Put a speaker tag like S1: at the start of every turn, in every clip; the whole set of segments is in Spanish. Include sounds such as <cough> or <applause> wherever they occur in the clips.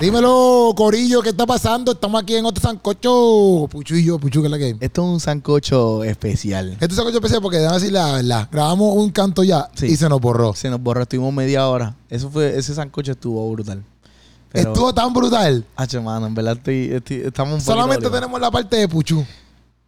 S1: Dímelo, Corillo, ¿qué está pasando? Estamos aquí en otro sancocho. Puchu y yo, Puchu, que es la que. Este
S2: Esto es un sancocho especial.
S1: es un sancocho especial porque déjame decir la verdad. Grabamos un canto ya
S2: Sí.
S1: y se nos borró.
S2: Se nos borró, estuvimos media hora. Eso fue, ese sancocho estuvo brutal. Pero,
S1: Estuvo tan brutal.
S2: Hacho, mano, en verdad estoy, estoy- estamos un poquito
S1: Solamente
S2: olivados.
S1: tenemos la parte de Puchu.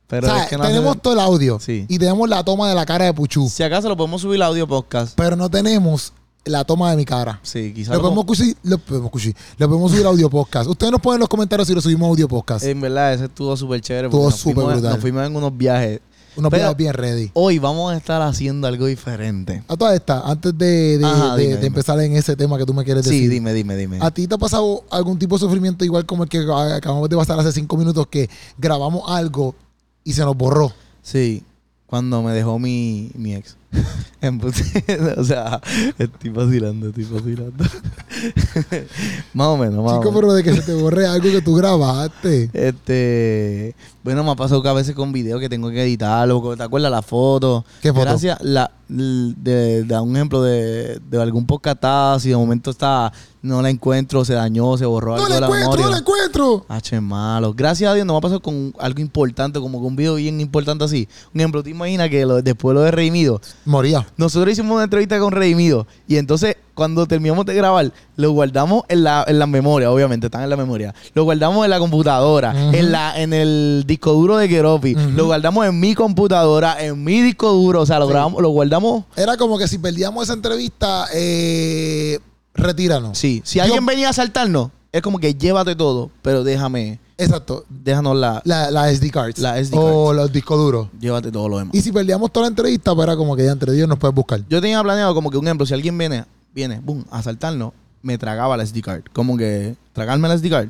S2: Pero
S1: o sea,
S2: es que no
S1: tenemos
S2: hace-
S1: todo el audio
S2: Sí.
S1: y tenemos la toma de la cara de Puchu,
S2: Si acaso lo podemos subir al audio podcast.
S1: pero no tenemos la toma de mi cara.
S2: Sí, quizás.
S1: Lo podemos, cusi- lo podemos cusi- lo podemos subir a audio podcast. Ustedes nos ponen en los comentarios si lo subimos a audio podcast.
S2: En verdad, ese estuvo súper chévere.
S1: Estuvo
S2: porque nos
S1: súper
S2: fuimos-
S1: brutal.
S2: Nos fuimos en unos viajes.
S1: Unos
S2: pero-
S1: videos bien ready.
S2: Hoy vamos a estar haciendo algo diferente.
S1: A todas estas, antes de, de-
S2: Ajá,
S1: de-
S2: dime,
S1: de
S2: dime.
S1: empezar en ese tema que tú me quieres
S2: Sí,
S1: decir,
S2: dime, dime, dime.
S1: ¿a ti te ha pasado algún tipo de sufrimiento igual como el que a- acabamos de pasar hace cinco minutos que grabamos algo y se nos borró?
S2: Sí, cuando me dejó mi, mi ex. <laughs> Embuste- o sea, estoy vacilando, estoy vacilando. <laughs> más o menos, más o
S1: Chico,
S2: menos.
S1: pero de que se te borre algo que tú
S2: <laughs>
S1: grabaste.
S2: Este, bueno, me ha pasado que a veces con videos que tengo que editar, loco, ¿te acuerdas la foto?
S1: ¿Qué foto?
S2: Gracias, la, l- de, de un ejemplo de, de algún podcast, si de momento está, no la encuentro, se dañó, se borró
S1: ¡No
S2: algo
S1: la
S2: de la
S1: encuentro! ¡No
S2: memoria.
S1: la encuentro!
S2: H malo. Gracias a Dios no me ha pasado con algo importante, como con un video bien importante así. Un ejemplo, te imaginas que lo- después lo de Redimido.
S1: Moría.
S2: Nosotros hicimos una entrevista con Redimido y entonces cuando terminamos de grabar, lo guardamos en la, en la memoria, obviamente, están en la memoria. Lo guardamos en la computadora,
S1: Ujú.
S2: en la en el disco duro de Keropi,
S1: Ujú.
S2: lo guardamos en mi computadora, en mi disco duro, o sea, lo,
S1: Sí.
S2: grabamos, lo guardamos.
S1: Era como que si perdíamos esa entrevista, eh, retíranos.
S2: Sí, si
S1: Yo-
S2: alguien venía a saltarnos, es como que llévate todo, pero déjame,
S1: Exacto.
S2: déjanos la,
S1: La, la SD cards.
S2: La SD
S1: O los discos duros.
S2: llévate todo lo demás.
S1: Y si perdíamos toda la entrevista, pues era como que ya entre Dios nos puedes buscar.
S2: Yo tenía planeado como que un ejemplo, si alguien viene, viene, boom, a asaltarnos, me tragaba la SD card. Como que tragarme la SD card.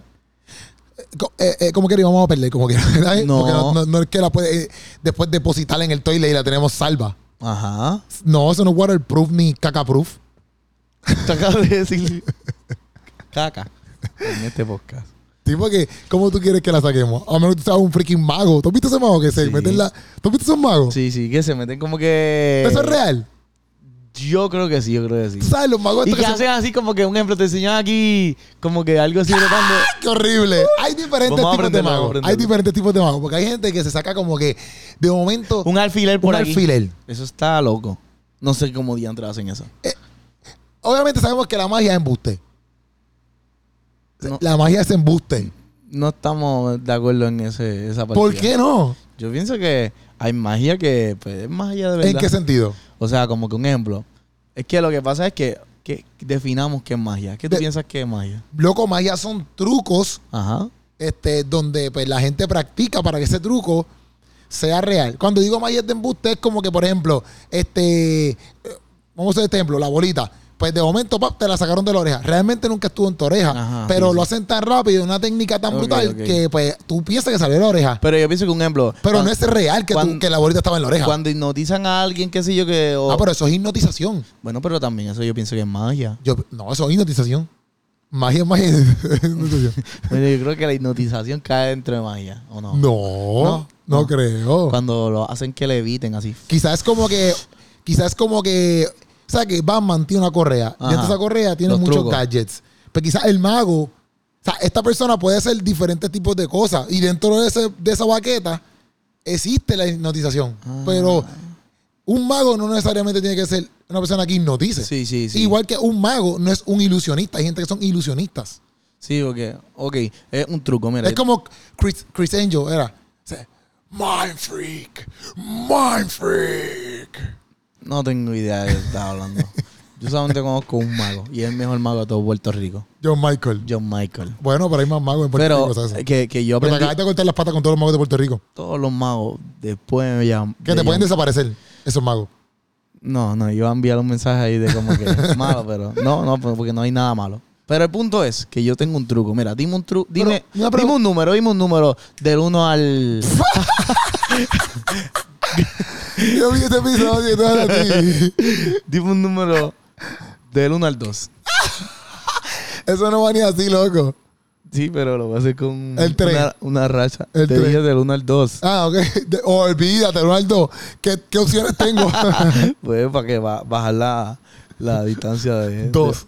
S1: Co- eh, eh, como que íbamos a perder, como que <laughs> ¿verdad?
S2: No.
S1: Porque no, no- no es que la puede, eh, después depositarla en el toilet y la tenemos salva.
S2: Ajá. <laughs>
S1: No, eso no es waterproof ni cacaproof.
S2: Te acabo de decir caca en este podcast.
S1: Tipo que, ¿cómo tú quieres que la saquemos? A menos que tú seas un freaking mago. ¿Tú has visto ese mago que se
S2: Sí.
S1: mete en la. ¿Tú has visto esos magos?
S2: Sí, sí, que se meten como que.
S1: Eso es real.
S2: Yo creo que sí, yo creo que sí.
S1: ¿Tú sabes los magos
S2: Y
S1: estos
S2: que
S1: que se-
S2: hacen así como que un ejemplo, te enseñan aquí como que algo
S1: <laughs>
S2: así rotando.
S1: ¡Ah, ¡Qué horrible! Hay diferentes
S2: Vamos a
S1: tipos de
S2: aprenderlo,
S1: magos.
S2: vamos a
S1: Hay
S2: aprenderlo.
S1: diferentes tipos de magos. Porque hay gente que se saca como que de momento un,
S2: Un alfiler por aquí.
S1: alfiler.
S2: Eso está loco. No sé cómo diantres hacen eso.
S1: Obviamente sabemos que la magia es embuste.
S2: No,
S1: La magia es embuste.
S2: no estamos de acuerdo en ese, esa parte.
S1: ¿Por qué no?
S2: Yo pienso que hay magia que pues, es magia de verdad.
S1: ¿En qué sentido?
S2: O sea, como que un ejemplo. Es que lo que pasa es que, que definamos qué es magia. ¿Qué tú
S1: De-
S2: piensas que es magia?
S1: Loco, magia son trucos
S2: Ajá.
S1: este, donde pues, la gente practica para que ese truco sea real. Cuando digo magia de embuste es como que, por ejemplo, este, eh, vamos a hacer este ejemplo, la bolita. Pues de momento, pap, te la sacaron de la oreja. Realmente nunca estuvo en tu oreja.
S2: Ajá,
S1: pero
S2: sí, sí.
S1: lo hacen tan rápido, una técnica tan
S2: Ok,
S1: brutal,
S2: ok.
S1: que pues tú piensas que salió de la oreja.
S2: Pero yo pienso que un ejemplo.
S1: Pero
S2: cuan-
S1: no es real que, tú-
S2: cuan-
S1: que la bolita estaba en la oreja.
S2: Cuando hipnotizan a alguien, qué sé yo, que. o-
S1: ah, pero eso es hipnotización.
S2: Bueno, pero también eso yo pienso que es magia.
S1: Yo, no, eso es hipnotización. Magia es
S2: <laughs>
S1: magia. <laughs> hipnotización.
S2: Pero yo creo que la hipnotización cae dentro de magia, ¿o no?
S1: No, no,
S2: no.
S1: creo.
S2: Cuando lo hacen que le eviten así.
S1: Quizás como que, quizás como que, o sea que Batman tiene una correa.
S2: Ajá.
S1: Dentro de esa correa tiene
S2: Los
S1: muchos
S2: trucos.
S1: gadgets. Pero quizás el mago, o sea, esta persona puede hacer diferentes tipos de cosas. Y dentro de, ese- de esa baqueta existe la hipnotización.
S2: Ah.
S1: Pero un mago no necesariamente tiene que ser una persona que hipnotice.
S2: Sí, sí, sí.
S1: Igual que un mago no es un ilusionista. Hay gente que son ilusionistas.
S2: Sí, porque. Ok, es un truco, mira.
S1: Es como Chris, Chris Angel era. o sea, Mind freak, mind freak.
S2: No tengo idea de lo que estás hablando. Yo solamente conozco un mago y es el mejor mago de todo Puerto Rico,
S1: John Michael.
S2: John Michael.
S1: Bueno, pero hay más magos en Puerto
S2: Pero
S1: Rico. ¿sabes? eso?
S2: que, que yo
S1: Pero te
S2: aprendí
S1: acabas de cortar las patas con todos los magos de Puerto Rico.
S2: todos los magos después me llaman.
S1: Que te pueden desaparecer, esos magos. <laughs>
S2: No, no, yo voy a enviar un mensaje ahí de como que malo, pero no, no, porque no hay nada malo. Pero el punto es que yo tengo un truco. Mira, dime un truco, dime,
S1: Pero, una pregunta-
S2: dime un número, dime un número del 1 al
S1: <laughs> Yo vi este episodio y todo así.
S2: dime un número del 1 al 2.
S1: Eso no va ni así, loco.
S2: Sí, pero lo voy a hacer con
S1: El tres.
S2: una, una racha.
S1: El
S2: Te
S1: tres.
S2: dije del 1 al 2.
S1: Ah, ok. De- olvídate, Ronaldo. ¿Qué, qué opciones
S2: <laughs>
S1: tengo? <laughs>
S2: Pues para que ba- bajar la, la distancia de
S1: Dos.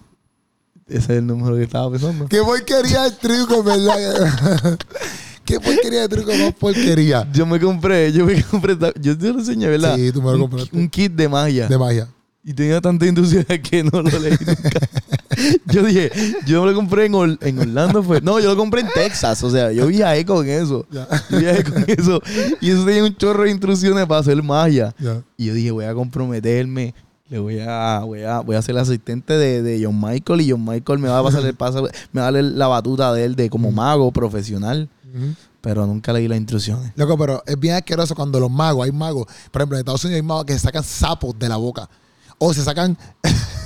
S2: Ese es el número que estaba pensando.
S1: Qué porquería de truco, ¿verdad? <laughs> Qué porquería de truco, más porquería.
S2: Yo me compré, yo me <laughs> compré, esta- yo te lo enseñé, ¿verdad?
S1: Sí, tú me lo
S2: Un-
S1: compraste.
S2: Un, kit de magia.
S1: De magia.
S2: Y tenía tanta entusiasmo <laughs> que no lo leí nunca. <laughs> yo dije, yo me lo compré en, Or- en Orlando, fue. No, yo lo compré en Texas. O sea, yo viajé con eso.
S1: Ya.
S2: Yo viajé con <laughs> eso. Y eso tenía un chorro de instrucciones para hacer magia.
S1: Ya.
S2: Y yo dije, voy a comprometerme. Le voy a, voy a, voy a ser el asistente de, de John Michael. Y John Michael me va a pasar el paso, me va a dar la batuta de él de como mago profesional.
S1: Ujú.
S2: Pero nunca leí las instrucciones.
S1: Loco, pero es bien asqueroso cuando los magos, hay magos, por ejemplo, en Estados Unidos hay magos que se sacan sapos de la boca. O se sacan, <laughs>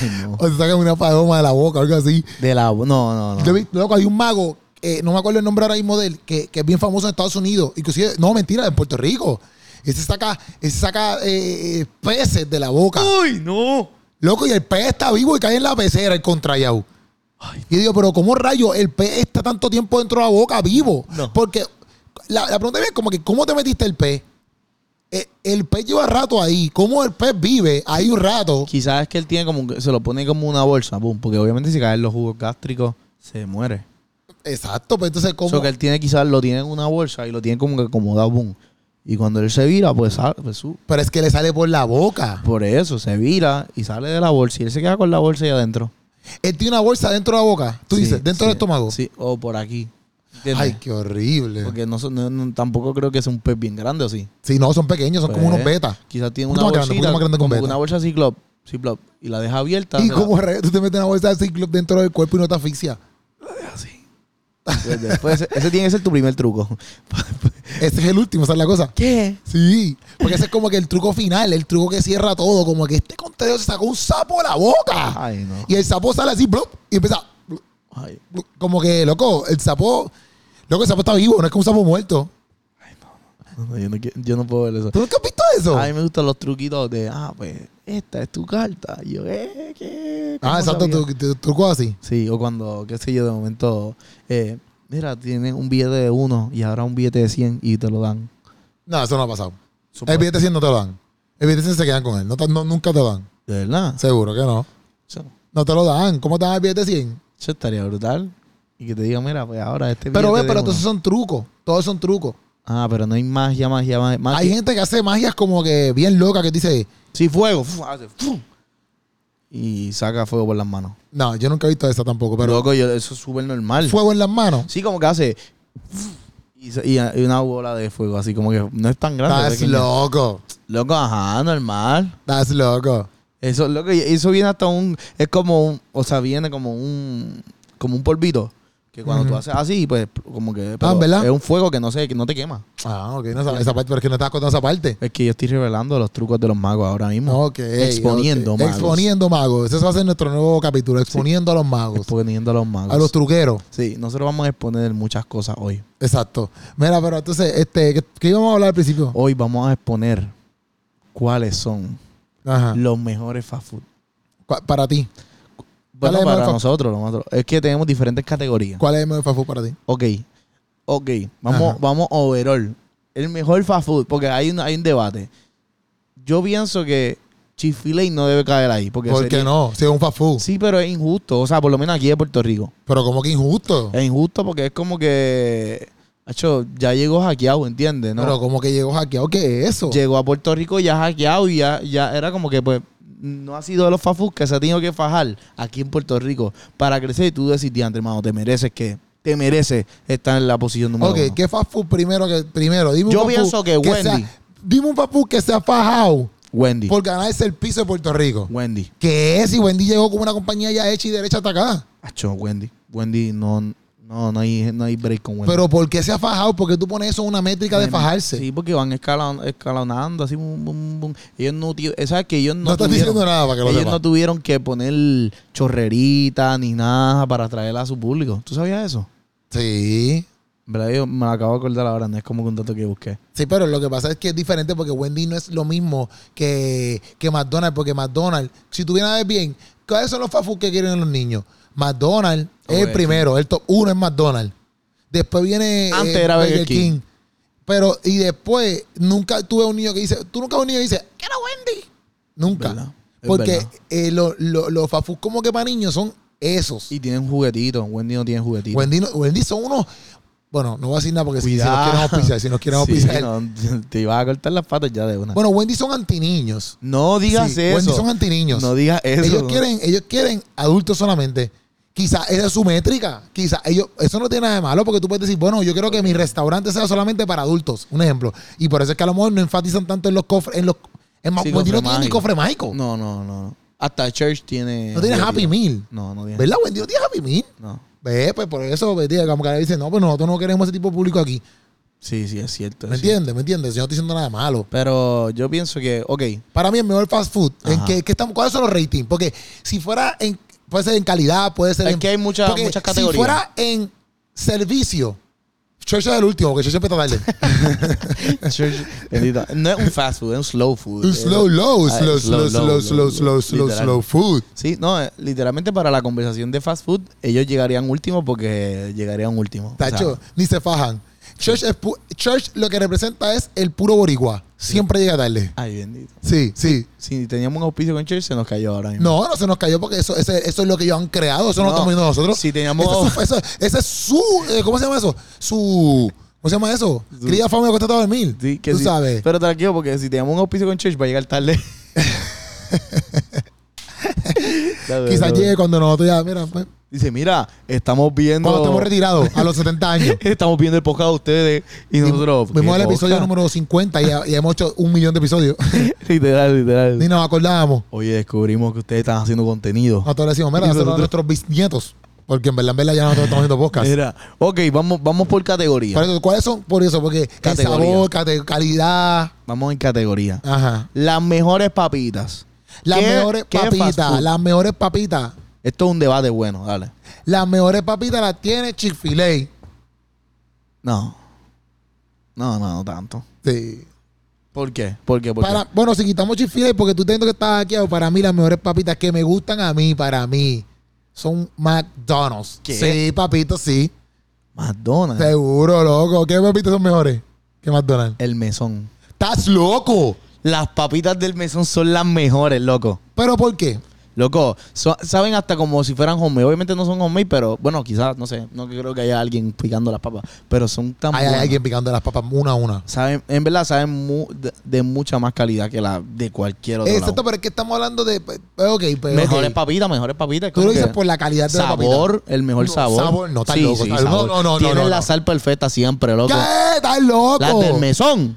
S2: Ay, no.
S1: o se sacan una paloma de la boca, algo así.
S2: De la no, no,
S1: Yo
S2: no.
S1: vi, loco, hay un mago, eh, no me acuerdo el nombre ahora mismo de él, que, que es bien famoso en Estados Unidos. Inclusive, no, mentira, en Puerto Rico. Ese saca, ese saca eh, eh, peces de la boca.
S2: ¡Uy, no!
S1: Loco, y el pez está vivo y cae en la pecera, el contrayau. Y yo digo, pero ¿cómo rayo el pez está tanto tiempo dentro de la boca vivo?
S2: No.
S1: Porque la, la pregunta es como que, ¿cómo te metiste el pez? Eh, El, pez lleva rato ahí. ¿Cómo el pez vive ahí un rato?
S2: Quizás es que él tiene como, un- se lo pone como una bolsa, boom, porque obviamente si caen los jugos gástricos, se muere.
S1: Exacto, pero entonces,
S2: O
S1: ¿cómo?
S2: sea, que él tiene quizás, lo tiene en una bolsa y lo tiene como que acomodado, boom. Y cuando él se vira, pues, sale, pues, su-
S1: Pero es que le sale por la boca.
S2: por eso, se vira y sale de la bolsa y él se queda con la bolsa ahí adentro.
S1: Él tiene una bolsa dentro de la boca. Tú
S2: Sí,
S1: dices, dentro
S2: sí,
S1: del estómago.
S2: Sí, o por aquí. ¿Entiendes?
S1: Ay, qué horrible.
S2: Porque no, son- no- no- tampoco creo que sea un pez bien grande o sí.
S1: Sí, no, son pequeños, son como
S2: Pues,
S1: unos betas.
S2: Quizás tiene
S1: Un
S2: una
S1: poquito más grande, un
S2: bolsita,
S1: poquito más grande que un
S2: como
S1: beta.
S2: una bolsa ciclop, ciclop, y la deja abierta.
S1: ¿Y
S2: se la-
S1: cómo rayo tú te metes una bolsa de ciclop dentro del cuerpo y no te asfixias?
S2: Así. Pues después, ese- ese tiene que ser tu primer truco.
S1: Ese es el último, esa es la cosa.
S2: ¿Qué?
S1: Sí, porque ese es como que el truco final, el truco que cierra todo, como que este contenido se sacó un sapo de la boca.
S2: Ah, Ay, no.
S1: Y el sapo sale así, blop, y empieza, blop,
S2: Ay,
S1: blop. como que, loco, el sapo, loco, el sapo está vivo, no es que un sapo muerto.
S2: no, no, yo, no quiero- yo no puedo ver eso.
S1: ¿Tú nunca has visto eso?
S2: A mí me gustan los truquitos de, ah, pues, esta es tu carta. Y yo, eh, ¿qué? ¿Cómo
S1: ah, exacto,
S2: sabía?
S1: tu, tu- truco así.
S2: Sí, o cuando, qué sé yo, de momento, eh, mira, tienes un billete de uno y ahora un billete de 100 y te lo dan.
S1: No, eso no ha pasado. El billete 100 no te lo dan. El billete 100 se quedan con él, no te- no- nunca te lo dan.
S2: ¿De verdad?
S1: Seguro que no.
S2: Eso,
S1: No te lo dan. ¿Cómo te dan el billete 100?
S2: eso estaría brutal. Y que te diga, mira, pues ahora este
S1: Pero ve,
S2: billete de
S1: pero
S2: uno.
S1: todos son trucos. Todos son trucos.
S2: Ah, pero no hay magia, magia, magia. magia.
S1: Hay gente que hace magias como que bien loca que dice,
S2: Sí, fuego. fu- hace fu- Y saca fuego por las manos.
S1: no, yo nunca he visto esa tampoco, pero
S2: Loco, yo- eso es súper normal.
S1: fuego en las manos.
S2: Sí, como que hace. Y, se- y- y una bola de fuego, así como que no es tan grande.
S1: Estás
S2: pequeña.
S1: loco.
S2: Loco, ajá, normal.
S1: Estás loco.
S2: Eso, loco, y eso viene hasta un. Es como un. O sea, viene como un. Como un polvito. Que cuando
S1: Ujú. Ah,
S2: tú haces así, pues como que. pero
S1: ¿verdad?
S2: Es un fuego que no, se, que no te quema.
S1: Ah, ok. No, esa, esa parte, pero es que no estás contando esa parte.
S2: Es que yo estoy revelando los trucos de los magos ahora mismo.
S1: Ok.
S2: Exponiendo
S1: ok.
S2: magos.
S1: Exponiendo magos. Ese va a ser nuestro nuevo capítulo. Exponiendo a los magos.
S2: Exponiendo a los magos.
S1: A los truqueros.
S2: sí, nosotros vamos a exponer muchas cosas hoy.
S1: Exacto. Mira, pero entonces, este, ¿qué, qué íbamos a hablar al principio?
S2: Hoy vamos a exponer cuáles son
S1: Ajá.
S2: los mejores fast food.
S1: Cu- Para ti. ¿Cuál
S2: Bueno,
S1: es el
S2: para
S1: mejor fa-
S2: nosotros, lo nosotros. Es que tenemos diferentes categorías.
S1: ¿Cuál es el mejor fast food para ti?
S2: Ok. Ok. Vamos,
S1: Ajá.
S2: vamos overall. El mejor fast food, porque hay un, hay un debate. Yo pienso que Chick-fil-A no debe caer ahí. Porque
S1: ¿Por qué
S2: sería-
S1: no? Si es un fast food.
S2: Sí, pero es injusto. O sea, por lo menos aquí en Puerto Rico.
S1: Pero como que injusto.
S2: Es injusto porque es como que. Hacho, ya llegó hackeado, ¿entiendes? No,
S1: Pero como que llegó hackeado. ¿Qué es eso?
S2: llegó a Puerto Rico ya hackeado y ya, ya era como que pues no ha sido de los fafus que se ha tenido que fajar aquí en Puerto Rico para crecer y tú decís, antes hermano, te mereces que te mereces estar en la posición número
S1: ok,
S2: uno.
S1: ¿qué fast food primero que primero? Dime un
S2: Yo
S1: fast food
S2: pienso que
S1: sea-
S2: Wendy.
S1: dime un fast food que se ha fajado
S2: Wendy.
S1: por ganarse el piso de Puerto Rico.
S2: Wendy.
S1: ¿Qué es? Si Wendy llegó con una compañía ya hecha y derecha hasta acá.
S2: Acho, Wendy. Wendy no, no, no hay, no hay break con Wendy.
S1: Pero ¿por qué se ha fajado? ¿Por qué tú pones eso en una métrica de
S2: Bueno,
S1: fajarse?
S2: Sí, porque van escalon- escalonando así, bum, bum, bum. Ellos no, ti- eh, ¿sabes que Ellos
S1: no
S2: no,
S1: estás
S2: tuvieron-
S1: diciendo nada para que lo
S2: Ellos
S1: sepas.
S2: no tuvieron que poner chorrerita ni nada para atraer a su público. ¿Tú sabías eso?
S1: Sí.
S2: ¿Verdad? Yo me lo acabo de acordar ahora, no es como que un dato que busqué.
S1: Sí, pero lo que pasa es que es diferente porque Wendy no es lo mismo que, que McDonald's, porque McDonald's, si tú vienes a ver bien, ¿cuáles son los fast food que quieren los niños? McDonald's es el
S2: Burger
S1: primero, el top uno es McDonald's. Después viene
S2: Antes
S1: eh,
S2: era Burger King.
S1: Pero, y después, nunca tuve un niño que dice, tú nunca ves un niño que dice, quiero Wendy. Nunca.
S2: ¿Verdad? Es
S1: Porque
S2: verdad.
S1: eh, lo- lo- los fast food como que para niños son Esos.
S2: Y tienen juguetitos. Wendy no tiene juguetitos.
S1: Wendy, no- Wendy son unos. Bueno, no voy a decir nada porque si, si nos
S2: Cuidado.
S1: quieren auspiciar, si nos quieren
S2: <laughs> Sí,
S1: auspiciar.
S2: no, te ibas a cortar las patas ya de una.
S1: Bueno, Wendy son antiniños.
S2: no digas
S1: Sí,
S2: eso.
S1: Wendy son antiniños.
S2: No digas eso.
S1: Ellos quieren, ellos quieren adultos solamente. Quizás esa es su métrica. Quizás ellos, eso no tiene nada de malo porque tú puedes decir, bueno, yo quiero que mi restaurante sea solamente para adultos, un ejemplo. Y por eso es que a lo mejor no enfatizan tanto en los cofres, en los en ma-
S2: Sí,
S1: Wendy no tiene
S2: cofre
S1: ni
S2: mágico.
S1: cofre mágico. No,
S2: No, no, no. Hasta Church tiene.
S1: tiene
S2: juguetitos.
S1: Happy Meal.
S2: No, no tiene.
S1: ¿Verdad? Wendy no tiene Happy Meal.
S2: No.
S1: Ve, pues por eso, ve, tía, como que le dicen, no, pues nosotros no queremos ese tipo de público aquí.
S2: Sí, sí, es cierto.
S1: ¿Me
S2: Pues sí.
S1: entiendes? ¿Me entiendes? Yo no estoy diciendo nada de malo.
S2: Pero yo pienso que, ok,
S1: Para mí el mejor fast food. ¿En
S2: Ajá.
S1: que, estamos, ¿Cuáles son los ratings? Porque si fuera en... Puede ser en calidad, puede ser
S2: Es
S1: en...
S2: que hay muchas-
S1: porque
S2: muchas categorías.
S1: Si fuera en servicio, Church es el último, porque Church siempre está tarde.
S2: <laughs> <laughs> Church- bendito. no es un fast food, es un slow food.
S1: Un
S2: Es-
S1: slow, low,
S2: Ah,
S1: slow,
S2: es
S1: slow,
S2: slow,
S1: slow,
S2: low,
S1: slow,
S2: low,
S1: slow,
S2: low,
S1: slow,
S2: literal.
S1: slow food.
S2: Sí, no, eh, literalmente para la conversación de fast food, ellos llegarían último porque llegarían último. O sea,
S1: Tacho, ni se fajan. Church, es pu- Church lo que representa es el puro boricua. Siempre llega tarde.
S2: ay, bendito.
S1: Sí, sí.
S2: Si teníamos un auspicio con Church, se nos cayó ahora mismo.
S1: No, no se nos cayó porque eso, ese- eso es lo que ellos han creado. Eso no, lo
S2: No,
S1: estamos viendo nosotros.
S2: si teníamos-
S1: Ese es su- eso- Ese es su. eh, ¿Cómo se llama eso? Su. ¿Cómo se llama eso?
S2: Su-
S1: Cría fama de contratado de mil.
S2: Sí, que
S1: Tú
S2: sí.
S1: sabes.
S2: Pero tranquilo, porque si teníamos un auspicio con Church, va a
S1: <laughs>
S2: llegar tarde. Dale,
S1: Quizás
S2: dale.
S1: llegue cuando nosotros ya. Mira, pues,
S2: Dice, mira, estamos viendo.
S1: cuando estemos retirados a los 70 años.
S2: Estamos viendo el podcast de ustedes <laughs> y nosotros.
S1: Vimos el
S2: ¿qué
S1: episodio
S2: podcast?
S1: número 50 y, ya- y hemos hecho un millón de episodios.
S2: <laughs> Literal, literal.
S1: Ni nos acordábamos.
S2: Oye, descubrimos que ustedes están haciendo contenido.
S1: Nosotros decimos, mira,
S2: Y
S1: nosotros
S2: nosotros-
S1: nuestros bisnietos. Porque en verdad, en verdad ya nosotros estamos haciendo podcast.
S2: Mira, ok, vamos, vamos por categoría.
S1: Por eso, ¿Cuáles son? Por eso, porque el
S2: Categoría.
S1: sabor, cate- calidad.
S2: Vamos en categoría.
S1: Ajá.
S2: Las mejores papitas.
S1: Las
S2: ¿Qué-
S1: mejores
S2: qué fast
S1: papitas,
S2: food?
S1: las mejores papitas.
S2: Esto es un debate bueno, dale.
S1: Las mejores papitas las tiene Chick-fil-A.
S2: No. No, no, no tanto.
S1: Sí.
S2: ¿Por qué? ¿Por qué? ¿Por qué?
S1: Para, bueno, si quitamos Chick-fil-A, porque tú teniendo que estar aquí, para mí las mejores papitas que me gustan a mí, para mí, son McDonald's.
S2: ¿Qué?
S1: Sí, papito, sí.
S2: McDonald's.
S1: Seguro, loco. ¿Qué papitas son mejores que McDonald's?
S2: El mesón.
S1: ¡Estás loco!
S2: Las papitas del mesón son las mejores, loco.
S1: ¿Pero por qué?
S2: Loco, so- saben hasta como si fueran homemade. Obviamente no son homemade, pero bueno, quizás, no sé. No creo que haya alguien picando las papas. Pero son tan
S1: Hay, hay
S2: buenas.
S1: alguien picando las papas una a una.
S2: Saben, en verdad saben mu- de, de mucha más calidad que la de cualquier otro
S1: Exacto,
S2: lado.
S1: pero es que estamos hablando de... pues, Ok, pues,
S2: Mejores
S1: ok.
S2: papitas, mejores papitas.
S1: Tú lo
S2: como
S1: dices
S2: que-
S1: por la calidad de la papita.
S2: Sabor, el mejor
S1: No,
S2: sabor.
S1: sabor, no, estás loco, estás loco.
S2: sabor.
S1: No, no, no,
S2: Tienen
S1: no, no.
S2: la sal perfecta siempre, loco.
S1: ¿Qué? ¡Estás loco!
S2: Las del mesón.